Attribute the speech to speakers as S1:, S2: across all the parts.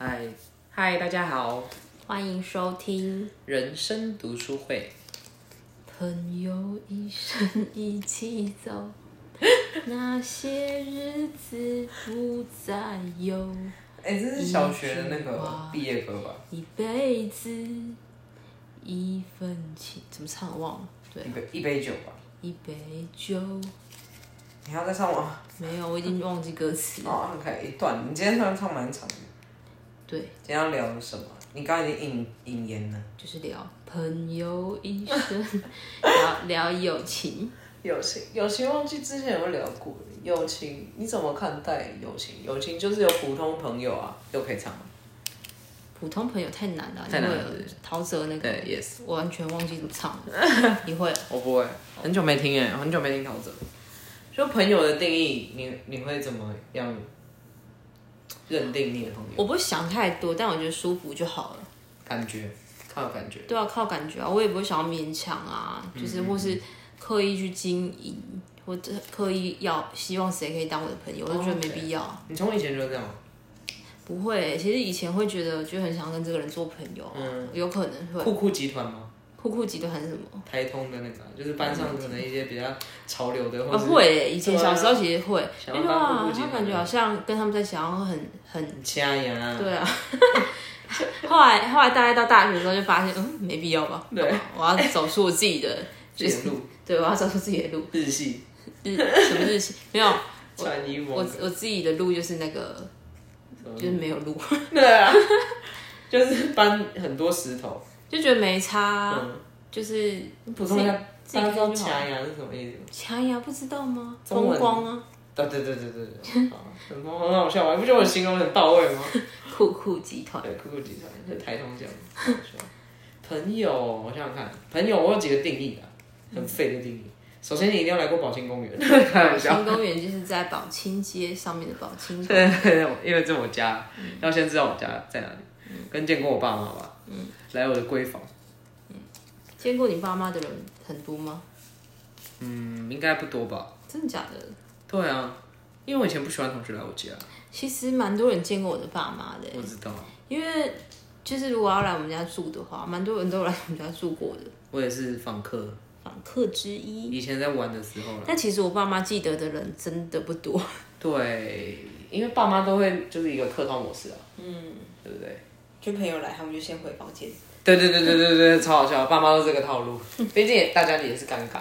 S1: 嗨嗨，大家好，
S2: 欢迎收听
S1: 人生读书会。
S2: 《朋友一生一起走》， 那些日子不再有，
S1: 哎、这是小学的那个毕业歌吧？
S2: 一辈子一份情，怎么唱我忘了？对
S1: 一，杯一杯酒吧？
S2: 一杯酒，
S1: 你还要再唱吗？
S2: 没有，我已经忘记歌词。
S1: 哦，那可以一段。你今天突然唱蛮长的，
S2: 对，
S1: 今天要聊什么？你刚刚已经引引言了。
S2: 就是聊朋友一生， 聊聊友情。
S1: 友情，友情忘记之前有聊过了。友情你怎么看待友情？友情就是有普通朋友啊，又可以唱。
S2: 普通朋友太难了，
S1: 太
S2: 因
S1: 难
S2: 为
S1: 了对
S2: 陶喆那个，
S1: ，yes，
S2: 我完全忘记怎么唱 了。你会？
S1: 我不会，很久没听哎，很久没听陶喆。就朋友的定义，你你会怎么样认定你的朋友？
S2: 我不想太多，但我觉得舒服就好了。
S1: 感觉，靠感觉。
S2: 对啊，靠感觉啊，我也不会想要勉强啊，就是或是刻意去经营，或者刻意要希望谁可以当我的朋友，我就觉得没必要。
S1: 你从以前就这样吗？
S2: 不会欸、其实以前会觉得就很想跟这个人做朋友、啊，有可能会。哦
S1: 酷酷集团吗？
S2: 酷酷集团还是什么？
S1: 台通的那个啊，就是班上可能一些比较潮流的，或
S2: 啊，
S1: 者
S2: 会欸、以前
S1: 对啊
S2: 小时候其实会，
S1: 想
S2: 因
S1: 要
S2: 为
S1: 当酷
S2: 哇
S1: 酷，集
S2: 他
S1: 团
S2: 感觉好像跟他们在一起，好像很很。
S1: 掐牙。
S2: 对啊， 后来后来大概到大学的时候就发现，嗯，没必要吧。
S1: 对，
S2: 我要走出我自己的，
S1: 就是路
S2: 对，我要走出自己的路。
S1: 日系
S2: 日什么日期？没有，
S1: 穿衣
S2: 我
S1: 风格，
S2: 我自己的路就是那个，
S1: 嗯
S2: 就是没有路，
S1: 对啊， 就是搬很多石头。
S2: 就觉得没差，啊
S1: 嗯，
S2: 就是
S1: 普通人家
S2: 自己
S1: 大家
S2: 看
S1: 知
S2: 就好
S1: 道掐牙是什么 意思吗？
S2: 强牙不知道吗？
S1: 中
S2: 风
S1: 文
S2: 光啊，
S1: 对对对对对对，好很很好笑吗？你不觉得我形容得很到位吗？
S2: 酷酷集团
S1: 对，酷酷集团是台通讲的。好笑朋友，我想想看，朋友我有几个定义啊，很废的定义。首先，你一定要来过宝清公园，开玩笑。
S2: 新公园就是在宝清街上面的宝 清宫，
S1: 对，因为这是我家，要先知道我家在哪里，跟见过我爸妈吧。来我的闺房，
S2: 见过你爸妈的人很多吗？
S1: 嗯，应该不多吧？
S2: 真的假的？
S1: 对啊，因为我以前不喜欢同学来我家，
S2: 其实蛮多人见过我的爸妈的，欸
S1: 我知道，
S2: 因为就是如果要来我们家住的话，蛮多人都有来我们家住过的
S1: 我也是访客，
S2: 访客之一。
S1: 以前在玩的时候啦。
S2: 但其实我爸妈记得的人真的不多，
S1: 对，因为爸妈都会就是一个客套模式啊，嗯，对不对？
S2: 就朋友来，他们就先回房间。
S1: 对对对对对对，超好笑，爸妈都这个套路，毕竟也大家也是尴尬。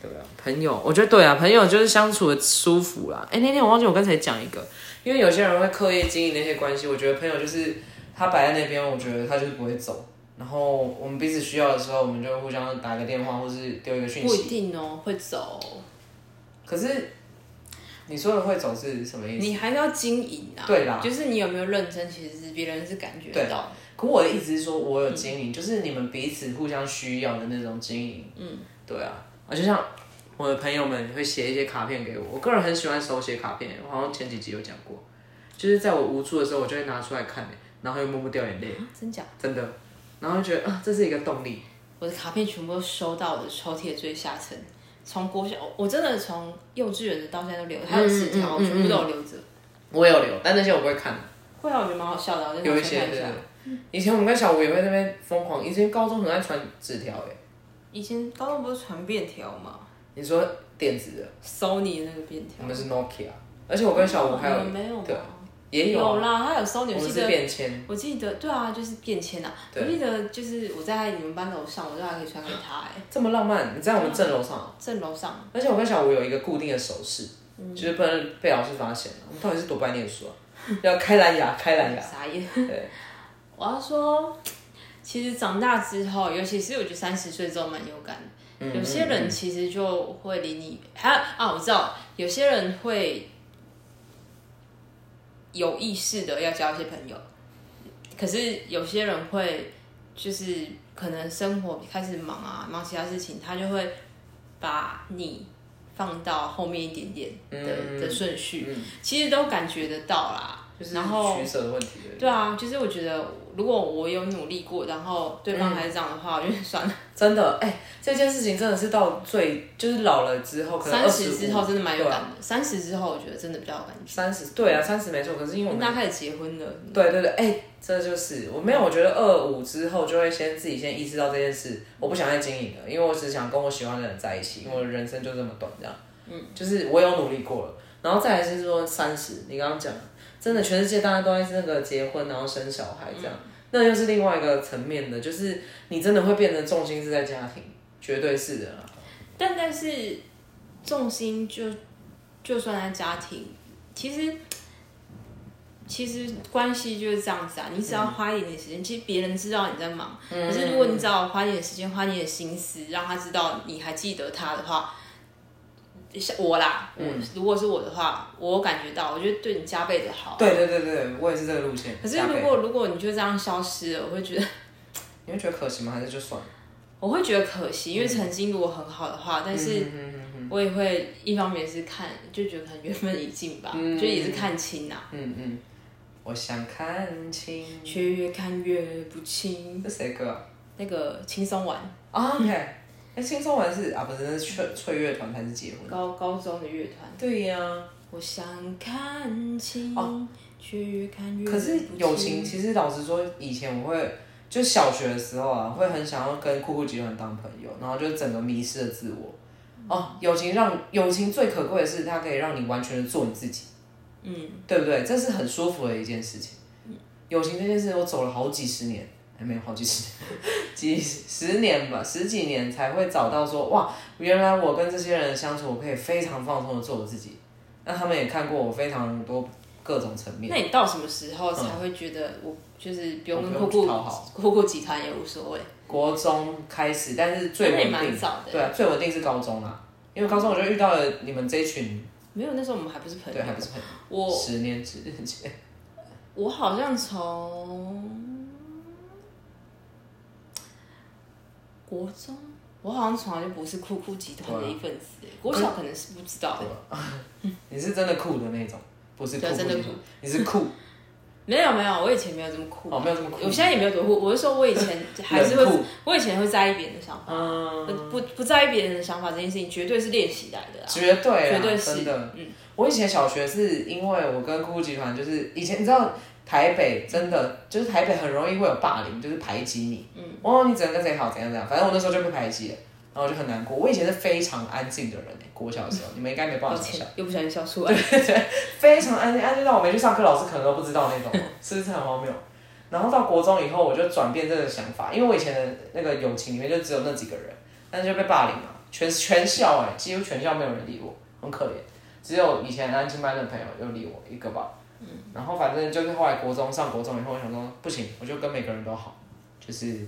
S1: 对啊，朋友，我觉得对啊，朋友就是相处的舒服啦。哎，那天我忘记我跟谁讲一个，因为有些人会刻意经营那些关系，我觉得朋友就是他摆在那边，我觉得他就是不会走。然后我们彼此需要的时候，我们就互相打个电话，或是丢一个讯
S2: 不一
S1: 息。
S2: 定哦，会走，
S1: 可是你说的会走是什么意思？
S2: 你还是要经营啊。
S1: 对啦
S2: 就是你有没有认真，其实是别人是感觉
S1: 对
S2: 到。
S1: 可我的意思是说，我有经营，就是你们彼此互相需要的那种经营。嗯，对啊，啊，就像我的朋友们会写一些卡片给我，我个人很喜欢手写卡片，我好像前几集有讲过，就是在我无助的时候，我就会拿出来看、欸然后又默默掉眼泪，
S2: 啊真假？
S1: 真的，然后就觉得啊，这是一个动力。
S2: 我的卡片全部都收到我的抽屉的最下层，从国小，我真的从幼稚园的到现在都留着，还有纸条，我全部都有留着。
S1: 我也有留，但那些我不会看。
S2: 会啊，我觉得蛮好笑的啊，我就
S1: 有一
S2: 拿出
S1: 些
S2: 来看
S1: 对
S2: 下。，
S1: 以前我们跟小吴也会在那边疯狂，以前高中很爱传纸条诶。
S2: 以前高中不是传便条吗
S1: 你说电子的，
S2: ？Sony 的那个便条哦
S1: 我。们是 Nokia，而且我跟小吴还有
S2: 你们没有吗
S1: 对也有啊
S2: 有啦，他有
S1: 我
S2: Sony，我
S1: 们
S2: 记
S1: 是
S2: 得
S1: 便签。
S2: 我记得，对啊，就是便签啊。我
S1: 对
S2: 记得就是我在你们班楼上，我都还可以传给他哎、
S1: 这么浪漫，你在我们正楼上，
S2: 正哦楼上
S1: 而且我跟小吴有一个固定的手势，就是不能被老师发现了。我们到底是多不爱念书啊？ 要开蓝牙，开蓝牙。
S2: 傻眼。
S1: 对，
S2: 我要说，其实长大之后，尤其是我觉得三十岁之后蛮有感的。
S1: 嗯
S2: 有些人其实就会离你，还有啊，我知道有些人会有意识的要交一些朋友，可是有些人会就是可能生活开始忙啊，忙其他事情，他就会把你放到后面一点点的、的顺序，其实都感觉得到
S1: 嗯
S2: 啦。
S1: 就是
S2: 然后
S1: 取舍的问题而已
S2: 对啊，就是我觉得如果我有努力过，然后对方还是这样的话，我就算了。
S1: 真的，哎、这件事情真的是到最就是老了之后，可能
S2: 三十之后真的蛮有
S1: 感。
S2: 感的，三十之后我觉得真的比较有感
S1: 三十对啊，三十没错，可是因为我们
S2: 觉。大家开始结婚了，
S1: 对对对，哎、这就是我没有，我觉得二五之后就会先自己先意识到这件事，我不想再经营了，因为我只想跟我喜欢的人在一
S2: 嗯
S1: 起，因为我的人生就这么短，这样，嗯，就是我有努力过了，然后再来是说三十，你刚刚讲，真的全世界大家都在那个结婚，然后生小孩这样，
S2: 嗯
S1: 那又是另外一个层面的，就是你真的会变得重心是在家庭，绝对是的啦，
S2: 但但是重心就就算在家庭，其实其实关系就是这样子啊。你只要花一点点时间，其实别人知道你在忙，
S1: 嗯
S2: 可是如果你只要花一点时间、花一点心思，让他知道你还记得他的话。像我啦，我、
S1: 嗯
S2: 如果是我的话，我感觉到，我觉得对你加倍的好。
S1: 对对对对，我也是这个路线，
S2: 可是
S1: 加倍
S2: 如果如果你就这样消失了，我会觉得
S1: 你会觉得可惜吗？还是就算了？
S2: 我会觉得可惜，
S1: 嗯
S2: 因为曾经如果很好的话，但是我也会一方面是看，就觉得可能缘分已尽吧，就也是看清啊，
S1: 嗯嗯，我想看清。
S2: 却越看越不清。
S1: 这谁歌啊
S2: 那个轻松玩
S1: 啊？OK，哎，轻松玩是啊，不是那是翠翠乐团才是结婚。
S2: 高高中的乐团，
S1: 对呀、
S2: 我想看清，却越看越
S1: 哦可是
S2: 不
S1: 友
S2: 清
S1: 情其实老实说，以前我会就小学的时候啊，会很想要跟酷酷集团当朋友，然后就整个迷失了自我。哦，友情让友情最可贵的是，它可以让你完全的做你自己，
S2: 嗯，
S1: 对不对？这是很舒服的一件事情。友情这件事，我走了好几十年，还没有好几十年， 几十年吧，十几年才会找到说，哇，原来我跟这些人相处，我可以非常放松的做我自己。那他们也看过我非常多各种层面，嗯
S2: 那你到什么时候才会觉得我就是不用跟
S1: 我
S2: 酷
S1: 不用
S2: 酷
S1: 去讨好
S2: 酷酷集团也无所谓？
S1: 国中开始，但是最
S2: 那也
S1: 稳
S2: 蛮
S1: 定，
S2: 早的，
S1: 对啊，最稳定是高中啦，因为高中我就遇到了你们这一群，
S2: 没有那时候我们还不是朋友
S1: 对，，还不是朋友，
S2: 我
S1: 十年之前，
S2: 我好像从国中，我好像从来就不是酷酷集团的一份子、
S1: 啊
S2: 欸。国小可能是不知道，
S1: 你是真的酷的那种，不是酷
S2: 对
S1: 酷
S2: 真的
S1: 那种，你是酷，
S2: 没有没有，我以前没有这么酷，
S1: 哦，没有这么酷，
S2: 我现在也没有多酷。我是说，我以前还是
S1: 冷
S2: 会啊
S1: 酷，
S2: 我以前会在意别人的想法，
S1: 嗯，
S2: 不不在意别人的想法这件事情，绝对是练习来的啊。
S1: 绝对啊，
S2: 绝对是嗯
S1: 真的。我以前小学是因为我跟酷酷集团，就是以前你知道台北真的就是台北很容易会有霸凌，就是排挤你。嗯，哦，你只能跟谁好怎样怎样，反正我那时候就被排挤了，然后我就很难过。我以前是非常安静的人、欸，国小的时候，你们应该没办
S2: 抱
S1: 法想象
S2: 歉，又不小心笑出来。
S1: 非常安静，安静到我没去上课，老师可能都不知道那种，是不是很荒谬？然后到国中以后，我就转变这个想法，因为我以前的那个友情里面就只有那几个人，但是就被霸凌嘛，全全校哎、几乎全校没有人理我，很可怜。只有以前安静班的朋友有理我一个吧，嗯，然后反正就是后来国中上国中以后，我想说不行，我就跟每个人都好，就是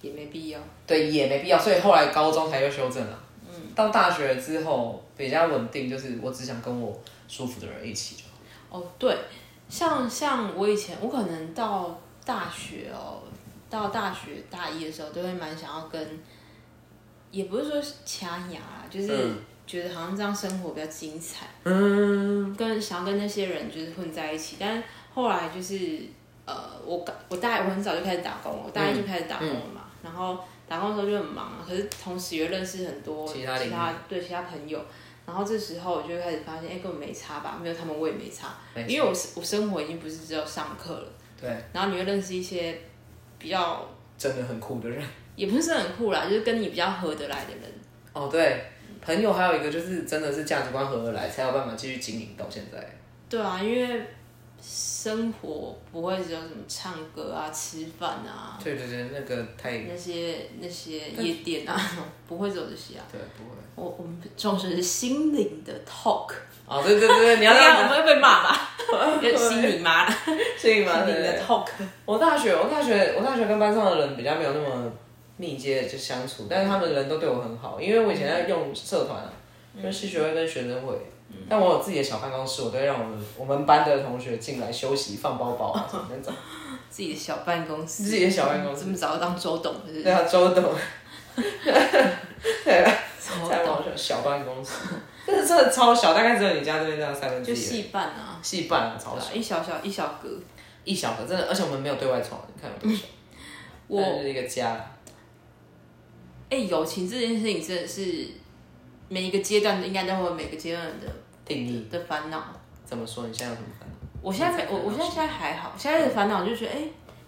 S2: 也没必要，
S1: 对，也没必要，所以后来高中才又修正了。嗯，到大学之后比较稳定，就是我只想跟我舒服的人一起就好。
S2: 哦，对，像像我以前，我可能到大学哦，到大学大一的时候，都会蛮想要跟，也不是说掐牙啦，啊就是
S1: 嗯
S2: 觉得好像这样生活比较精彩，
S1: 嗯，
S2: 跟想要跟那些人就是混在一起。但后来就是呃，我刚我大我很早就开始打工了，我大一就开始打工了嘛，
S1: 嗯
S2: 然后打工的时候就很忙，可是同时也认识很多
S1: 其他领域
S2: 对其他朋友。然后这时候我就会开始发现，哎、根本没差吧？没有他们我也没差。
S1: 没嗯
S2: 因为我是我生活已经不是只有上课了，
S1: 对，
S2: 然后你会认识一些比较
S1: 真的很酷的人。
S2: 也不是很酷啦，就是跟你比较合得来的人。
S1: 哦，对，朋友还有一个就是真的是价值观合得来，才有办法继续经营到现在。
S2: 对啊，因为生活不会只有什么唱歌啊、吃饭啊、
S1: 对对对，那个太
S2: 那些那些夜店啊， 不会只有这些啊。
S1: 对不会。
S2: 我我们重视是心灵的 talk，
S1: 哦，对对对对，你要
S2: 这 样
S1: 让
S2: 我们会被骂吧？要心理妈啦，
S1: 对吗？对
S2: 心灵
S1: 对对
S2: 的 talk。
S1: 我大学，我大学，我大学跟班上的人比较没有那么密接就相处，但是他们人都对我很好，因为我以前在用社团啊，就是系学会跟学生会，但我有自己的小办公室，我都会让我们我们班的同学进来休息、放包包啊什么那 种，
S2: 自己的小办公室，
S1: 自己的小办公室
S2: 这么早就当周董了是
S1: 对
S2: 不是？
S1: 啊，周董，对啊，
S2: 周
S1: 在
S2: 董
S1: 我小办公室，但是真的超小，大概只有你家这边这样三分之
S2: 就
S1: 一而已，
S2: 戏办啊，
S1: 细半啊，超
S2: 对啊
S1: 小
S2: 啊，，一小小一小格。
S1: 一小盒真的，而且我们没有对外窗，你看有多小，
S2: 我
S1: 但就是一个家，
S2: 哎、友情这件事情真的是每一个阶段应该都会有每个阶段的
S1: 定义
S2: 的烦恼。
S1: 怎么说？你现在有什么烦恼？
S2: 我现在没，我我现在现在还好，现在的烦恼就觉得，哎、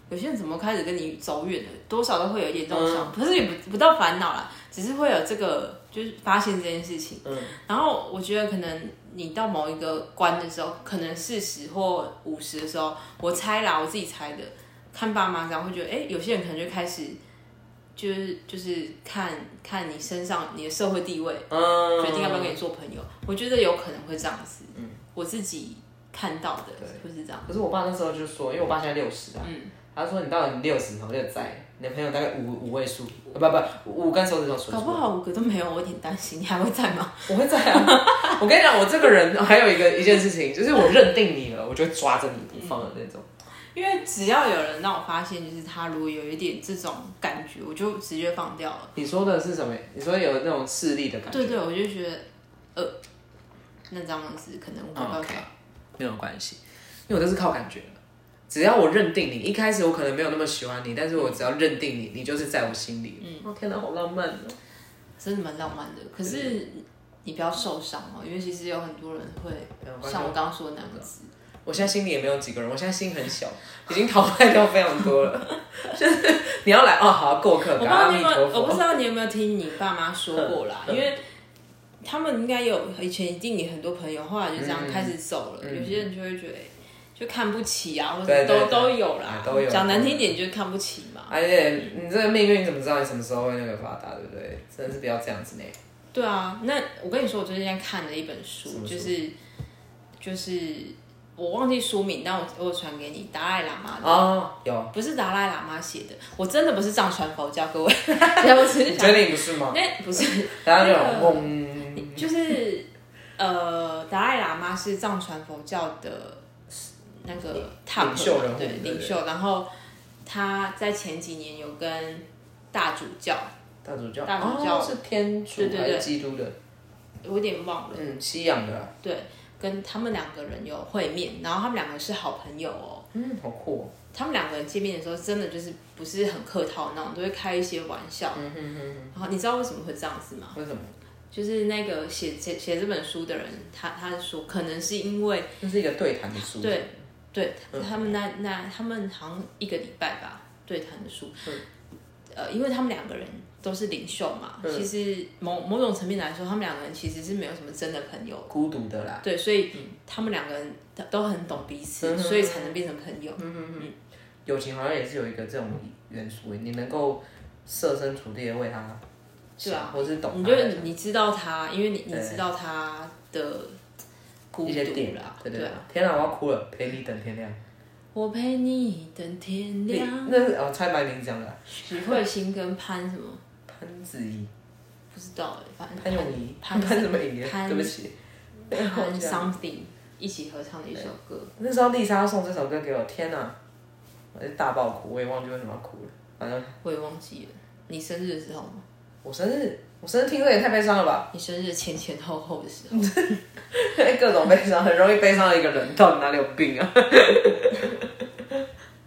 S2: 有些人怎么开始跟你走远了，多少都会有一点这种想法，可是也不不到烦恼啦，只是会有这个就是发现这件事情。
S1: 嗯，
S2: 然后我觉得可能你到某一个关的时候，可能四十或五十的时候，我猜啦，我自己猜的，看爸妈这样会觉得，哎、有些人可能就开始。就是就是看看你身上你的社会地位，
S1: 嗯，
S2: 决定要不要跟你做朋友，我觉得有可能会这样子。嗯，我自己看到的会是这样。
S1: 可是我爸那时候就说，因为我爸现在六十啊，
S2: 嗯
S1: 他说你到你六十头就在，你的朋友大概五五位数，呃不不五根手指头数得
S2: 搞
S1: 出
S2: 不好五个都没有，我有点担心。你还会在吗？
S1: 我会在啊！ 我跟你讲，我这个人还有一个一件事情，就是我认定你了，我就会抓着你不放的那种。
S2: 因为只要有人让我发现，就是他如果有一点这种感觉，我就直接放掉了。
S1: 你说的是什么？你说有那种势力的感觉？
S2: 对对，我就觉得，呃，那这样子可能我会
S1: 嗯
S2: 告
S1: ，OK，
S2: 诉他
S1: 没有关系，因为我都是靠感觉的。只要我认定你，一开始我可能没有那么喜欢你，但是我只要认定你，你就是在我心里。嗯，我天哪，好浪漫哦！
S2: 真的蛮浪漫的。可是你不要受伤哦，因为其实有很多人嗯会
S1: 没有关系
S2: 像我刚刚说的那样子。
S1: 我现在心里也没有几个人，我现在心很小，已经淘汰掉非常多了。 就是你要来哦，好过客，
S2: 我不知
S1: 阿
S2: 道
S1: 弥
S2: 你有没
S1: 陀
S2: 有，我不
S1: 佛
S2: 知。道你有没有听你爸妈说过啦，
S1: 嗯
S2: 因为他们应该有以前一定也很多朋友，后来就这样
S1: 嗯
S2: 开始走了。
S1: 嗯
S2: 有些人就会觉得就看不起啊，或
S1: 对
S2: 者
S1: 对
S2: 都
S1: 对
S2: 都有啦
S1: 啊，都有
S2: 讲难听一点就是看不起嘛。
S1: 而且哎你这个命运怎么知道你什么时候会那个发达，对不对？真的是不要这样子呢。
S2: 对啊，那我跟你说，我最近在看的一本
S1: 什
S2: 书，
S1: 么书
S2: 就是就是我忘记书名，但我我有传给你，达赖喇嘛的。
S1: 哦， 有，
S2: 不是达赖喇嘛写的，我真的不是藏传佛教，各位，我只是
S1: 你
S2: 想
S1: 确，定不是吗？
S2: 那不是，
S1: 大家那
S2: 那
S1: 种
S2: 个
S1: 嗡，
S2: 就是呃，达赖喇嘛是藏传佛教的那个塔
S1: 领袖人物
S2: 对
S1: 对对
S2: 领袖，然后他在前几年有跟大主教，
S1: 大主教，
S2: 大主教
S1: 哦是天主
S2: 对对
S1: 还
S2: 对
S1: 是基督的？
S2: 我有点忘了，
S1: 嗯，西洋的啊，
S2: 对，跟他们两个人有会面，然后他们两个是好朋友哦。
S1: 嗯，好酷哦。
S2: 他们两个人见面的时候，真的就是不是很客套那种，都会开一些玩笑。
S1: 嗯哼哼
S2: 然后你知道为什么会这样子吗？
S1: 哼，为什么？
S2: 就是那个写写写这本书的人，他他说可能是因为
S1: 这是一个对谈的嗯书。
S2: 对，对他们那那他们好像一个礼拜吧对谈的书，
S1: 嗯
S2: 呃，因为他们两个人都是领袖嘛，
S1: 嗯
S2: 其实某某种层面来说，他们两个人其实是没有什么真的朋友，
S1: 孤独的啦。
S2: 对，所以他们两个人都都很懂彼此，
S1: 嗯哼
S2: 所以才能变成朋友。
S1: 友情好像也是有一个这种元素，你能够设身处地的为他
S2: 对啊
S1: 想，或是懂
S2: 你
S1: 他
S2: 就
S1: 在
S2: 是
S1: 想
S2: 你知道他，因为你你
S1: 对
S2: 知道他的孤
S1: 一些点
S2: 独啦，
S1: 对
S2: 对
S1: 对
S2: 啊。。
S1: 天哪，我要哭了，陪你等天亮。
S2: 我陪你等天
S1: 你
S2: 亮。
S1: 那是哦，蔡白灵讲的啊，
S2: 许慧欣跟潘什么
S1: 潘子怡、
S2: 不知道哎，反正
S1: 潘咏仪、
S2: 潘
S1: 潘什么仪？
S2: 潘
S1: 对不起，
S2: 潘 something 一起合唱的一首歌。
S1: 那时候丽莎送这首歌给我，天哪，我就大爆哭，我也忘记为什么要哭了。反正
S2: 我也忘记了。你生日的时候吗？
S1: 我生日，我生日听着也太悲伤了吧，
S2: 你生日前前后后的时候，
S1: 各种悲伤，很容易悲伤的一个人，到底哪里有病啊？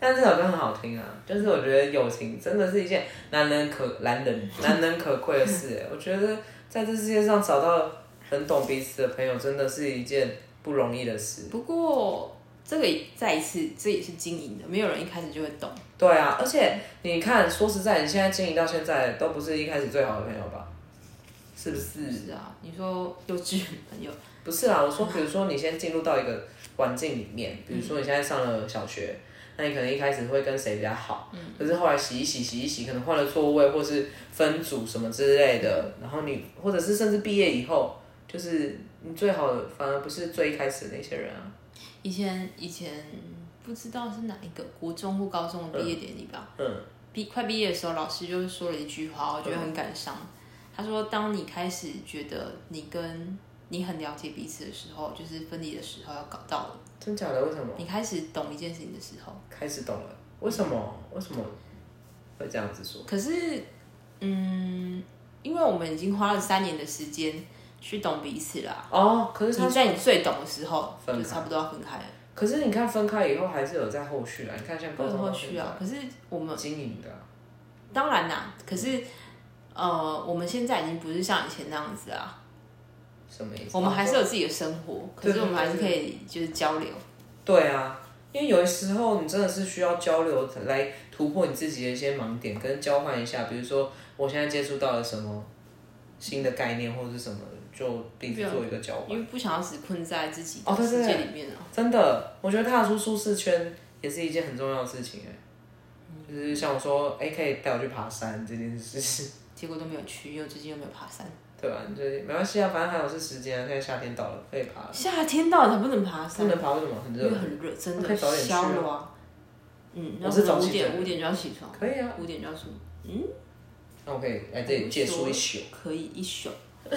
S1: 但这首歌很好听啊，就是我觉得友情真的是一件难能可难能难能可贵的事、欸。我觉得在这世界上找到很懂彼此的朋友，真的是一件不容易的事。
S2: 不过这个也再一次，这也是经营的，没有人一开始就会懂。
S1: 对啊，而且你看，说实在，你现在经营到现在，都不是一开始最好的朋友吧？是不是？
S2: 是啊，你说幼稚园朋友，
S1: 不是啊，我说，比如说你先进入到一个环境里面，比如说你现在上了小学，那你可能一开始会跟谁比较好，可是后来洗一洗洗一洗，可能换了座位或是分组什么之类的，然后你或者是甚至毕业以后，就是你最好的反而不是最一开始的那些人啊。
S2: 以前以前不知道是哪一个国中或高中的毕业典礼吧，
S1: 嗯，
S2: 毕快毕业的时候，老师就说了一句话，我觉得很感伤。他说：“当你开始觉得你跟你很了解彼此的时候，就是分离的时候要搞到了。
S1: 真假的？为什么？
S2: 你开始懂一件事情的时候，
S1: 开始懂了？为什么？为什么会这样子说？
S2: 可是，嗯，因为我们已经花了三年的时间去懂彼此啦。
S1: 哦，可是他
S2: 你在你最懂的时候，
S1: 分
S2: 就
S1: 开
S2: 差不多要分开了，
S1: 可是你看分开以后还是有在后续啊，你看像
S2: 会
S1: 高
S2: 有
S1: 中
S2: 后
S1: 到
S2: 续
S1: 现
S2: 啊。可是我们
S1: 在经营的啊、
S2: 当然啦，可是呃，我们现在已经不是像以前那样子啊，
S1: 什么意思？
S2: 我们还是有自己的生活，可是我们还是可以就是交流。
S1: 对啊，因为有时候你真的是需要交流来突破你自己的一些盲点，跟交换一下，比如说我现在接触到了什么新的概念或者是什么，就彼此做一个交换。
S2: 因为不想要只困在自己
S1: 哦
S2: 的
S1: 对对
S2: 世
S1: 对
S2: 界里面啊。
S1: 真的，我觉得踏出舒适圈也是一件很重要的事情哎、就是像我说，哎、可以带我去爬山这件事情，
S2: 结果都没有去，因为我最近又没有爬山。
S1: 对吧？就是没关系啊，反正还有是时间啊，现在夏天到了，可以爬了。
S2: 夏天到了才不能爬
S1: 不
S2: 山，
S1: 能爬为什么？很
S2: 因
S1: 热
S2: 为。很热，真
S1: 可
S2: 的
S1: 以早点去啊
S2: 消了啊。嗯，
S1: 我
S2: 然后
S1: 是早
S2: 五
S1: 起的
S2: 点五点就要起床，
S1: 可以啊，
S2: 五点就要出，
S1: 那我可以来这里借书一宿。
S2: 可以一宿。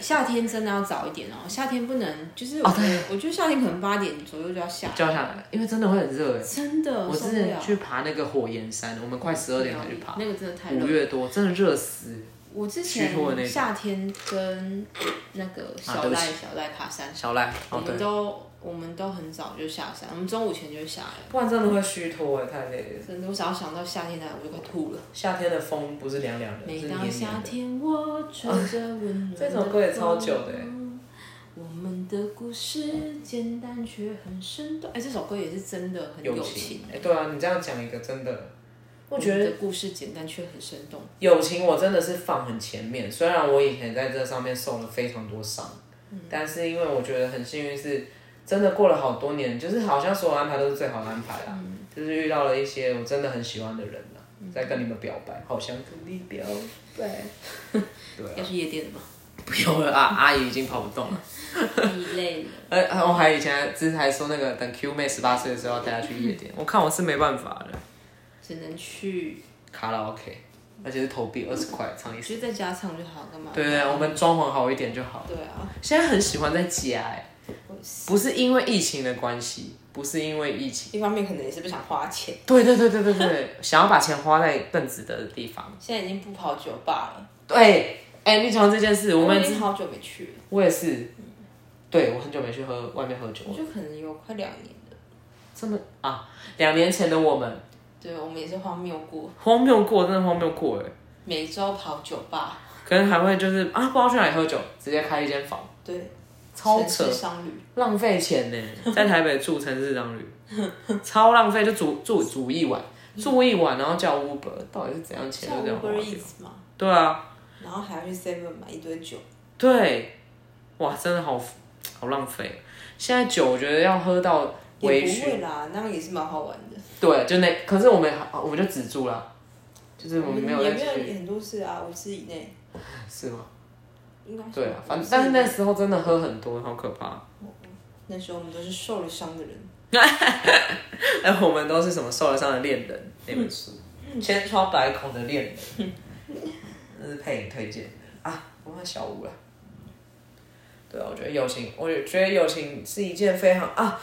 S2: 夏天真的要早一点哦，夏天不能就是我
S1: 哦
S2: 觉得、我觉得夏天可能八点左右就要下，
S1: 叫下来，因为真的会很热哎。
S2: 真的
S1: 我
S2: 受
S1: 之
S2: 不
S1: 前
S2: 了。
S1: 去爬那个火焰山，我们快十二点才去爬，
S2: 那个真的太热
S1: 五。月多，真的热死。
S2: 我之
S1: 虚脱的那
S2: 前
S1: 种
S2: 夏天跟那个
S1: 啊
S2: 小
S1: 对不
S2: 赖、
S1: 起
S2: 小赖爬山，
S1: 小赖，
S2: 我
S1: 哦对
S2: 们，都我们都很早就下山，我们中午前就下了。
S1: 不然真的会虚脱哎，太累了。
S2: 真的，我只要想到夏天来，我就快吐了。
S1: 夏天的风不是凉凉的，
S2: 每
S1: 是
S2: 当
S1: 黏
S2: 夏
S1: 黏的。
S2: 天，我吹着温暖的风。
S1: 这首歌也超久的欸
S2: 我们的故事简单却很生动。哎，这首歌也是真的很
S1: 友
S2: 情。
S1: 情，哎，对啊，你这样讲一个真的，我觉得
S2: 们的故事简单却很生动。
S1: 友情我真的是放很前面，虽然我以前在这上面受了非常多伤，
S2: 嗯
S1: 但是因为我觉得很幸运是，真的过了好多年，就是好像所有安排都是最好的安排啦，
S2: 嗯
S1: 就是遇到了一些我真的很喜欢的人啦，在跟你们表白，好想跟你表白，对啊，
S2: 要去夜店了吗？
S1: 不用了啊，阿姨已经跑不动了。
S2: 你累了。
S1: 呃，啊我还以前之前还说那个等 Q 妹十八岁的时候要带她去夜店，我看我是没办法了，
S2: 只能去，
S1: 卡拉 OK，而且是投币二十块唱一
S2: 我
S1: 次，
S2: 觉得在家唱就好，干嘛？
S1: 对对对，我们装潢好一点就好。
S2: 对啊，
S1: 现在很喜欢在家、哎，
S2: 我
S1: 不是因为疫情的关系，不是因为疫情，
S2: 一方面可能也是不想花钱，
S1: 对对对对对 对，想要把钱花在更值得的地方。
S2: 现在已经不跑酒吧了。
S1: 对，哎、你讲到这件事，我们
S2: 已经好久没去了，
S1: 我也是，对我很久没去喝外面喝酒
S2: 我
S1: 了，
S2: 就可能有快两年了。
S1: 这么啊，两年前的我们
S2: 对，我们也是荒谬过，
S1: 荒谬过，真的荒谬过哎，
S2: 每周跑酒吧，
S1: 可能还会就是啊，不知道去哪里喝酒，直接开一间房，
S2: 对，
S1: 超
S2: 城市
S1: 扯，
S2: 商旅，
S1: 浪费钱呢，在台北住城市商旅， 超浪费，就煮住煮一晚，住一晚，然后叫 Uber，到底是怎样钱嗯
S2: 像
S1: 就这样花
S2: Uber
S1: 掉？
S2: Eats 嘛，
S1: 对啊，
S2: 然后还要去 Seven 买一堆酒，
S1: 对，哇，真的好好浪费。现在酒我觉得要喝到微
S2: 也不
S1: 醺，
S2: 会啦，那样也是蛮好玩的。
S1: 对，就那，可是我们啊我们就止住了，就是我们没有
S2: 嗯
S1: 再
S2: 也没
S1: 继续，
S2: 有很多事啊，五次以内
S1: 是吗？
S2: 应该是
S1: 对啊，反
S2: 五
S1: 正
S2: 次以
S1: 但是那
S2: 内
S1: 时候真的喝很多，好可怕。
S2: 那时候我们都是受了伤的人，
S1: 哎，我们都是什么受了伤的恋人那
S2: 嗯
S1: 本书，千疮百孔的恋人，那是配影推荐的啊，我们小五啦。对啊，我觉得友情，我也觉得友情是一件非常啊，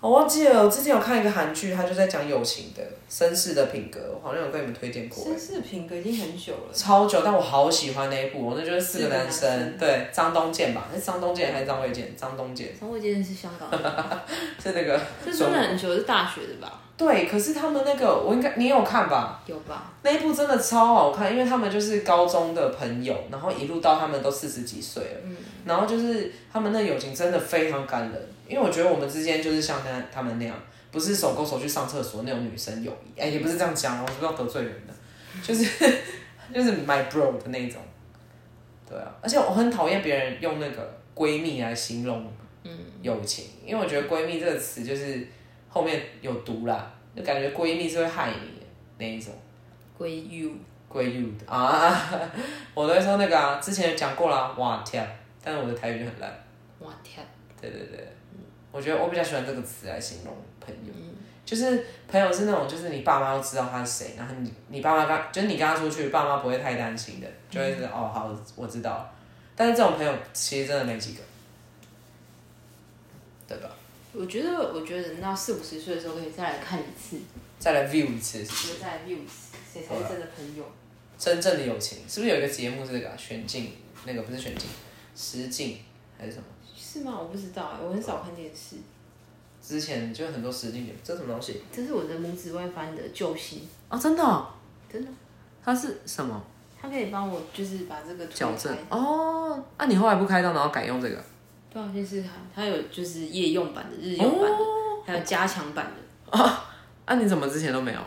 S1: 我忘记了，我之前有看一个韩剧，他就在讲友情的绅士的品格，我好像有跟你们推荐过。
S2: 绅士品格已经很久了。
S1: 超久，但我好喜欢那一部，我那就是四
S2: 四
S1: 个
S2: 个
S1: 男
S2: 男
S1: 生，
S2: 生
S1: 对，张东健吧，是张东健还是张卫健？张东健
S2: 从我真的是香港 人，
S1: 是那 个，
S2: 这真的很久，是大学的吧？
S1: 对，可是他们那个我应该你有看吧？
S2: 有吧？
S1: 那一部真的超好看，因为他们就是高中的朋友，然后一路到他们都四十几岁了，然后就是他们那友情真的非常感人，因为我觉得我们之间就是像他他们那样，不是手勾手去上厕所那种女生友谊，哎、也不是这样讲哦，我不要得罪人的，就是就是 my bro 的那种，对啊，而且我很讨厌别人用那个闺蜜来形容友情，因为我觉得闺蜜这个词就是后面有毒啦，就感觉闺蜜是会害你的那一种。
S2: 归 you，
S1: 归 you 的啊， 我都会说那个啊，之前讲过啦，哇天，啊但是我的台语就很烂。
S2: 哇天，
S1: 对对对，我觉得我比较喜欢这个词来形容朋友，就是朋友是那种，就是你爸妈都知道他是谁，然后你你爸妈跟就是你跟他出去，爸妈不会太担心的，就会是、哦好，我知道了。但是这种朋友其实真的没几个，对吧？
S2: 我觉得，我觉得等到四五十岁的时候可以再来看一次，
S1: 再来 view 一次，
S2: 觉得再来 view 一次谁才是真的朋友。
S1: 真正的友情是不是有一个节目是这个啊、选进那个不是选进，实境还是什么？
S2: 是吗？我不知道、欸，我很少看电视。
S1: 之前就很多实境节目，这什么东西
S2: 这是我的拇指外翻的救星，
S1: 啊？真的哦、
S2: 真的，
S1: 它是什么
S2: 他可以帮我就是把这个推
S1: 矫正
S2: 开？
S1: 哦？啊，你后来不开刀，然后改用这个？
S2: 对啊，先试试看。它有就是夜用版的、日
S1: 哦
S2: 用版的，还有加强版的。
S1: 啊，你怎么之前都没有？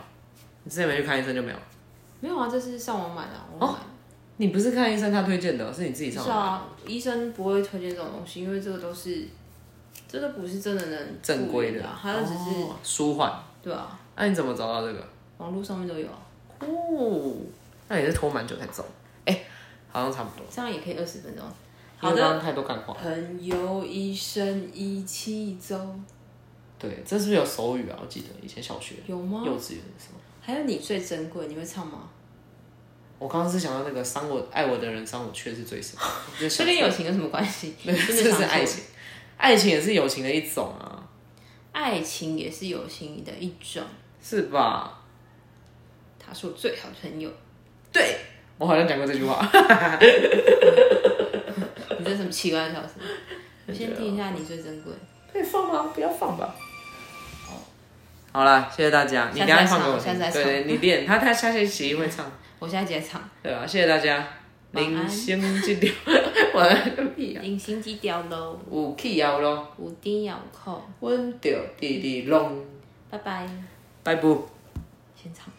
S1: 你之前没去看医生就没有？
S2: 没有啊，这是上网买的、啊。我买的
S1: 你不是看医生他推荐的，是哦你自己上
S2: 是
S1: 网
S2: 啊，医生不会推荐这种东西，因为这个都是，这都不是真的能
S1: 正规
S2: 复原
S1: 的
S2: 啊，，它就只是、
S1: 哦舒缓。
S2: 对啊，
S1: 那、你怎么找到这个？
S2: 网络上面都有啊，
S1: 哦，那也是拖蛮久才走。哎、好像差不多。
S2: 这样也可以二十分钟。
S1: 因
S2: 好
S1: 为
S2: 的，
S1: 刚刚太多干话。
S2: 朋友一生一起走，
S1: 对，这是不是有手语啊？我记得以前小学、
S2: 有吗？
S1: 幼稚园的时候，
S2: 还有你最珍贵，你会唱吗？
S1: 我刚刚是想到那个伤我爱我的人伤我却是最深，就
S2: 这
S1: 想
S2: 跟友情有什么关系？
S1: 对，
S2: 真
S1: 这是
S2: 的想
S1: 爱
S2: 说，
S1: 情，爱情也是友情的一种啊，
S2: 爱情也是友情的一种。
S1: 是吧？
S2: 他是我最好的朋友，
S1: 对，我好像讲过这句话。
S2: 你这什么奇怪的笑声？我先听一下你最珍贵。
S1: 可以放吗？不要放吧。好啦，谢谢大家。你等
S2: 下次
S1: 一下
S2: 再
S1: 放给
S2: 唱
S1: 我
S2: 下
S1: 听
S2: 次再，
S1: 对对，你练他他下学期会唱，
S2: 我现在直接唱
S1: 对吧？谢谢大家。
S2: 晚安
S1: 零星记掉， 晚安个屁啊！
S2: 《零星机掉喽
S1: 有气摇咯，》，
S2: 有丁有扣，
S1: 阮着直直弄，
S2: 拜拜，
S1: 拜拜。
S2: 先唱。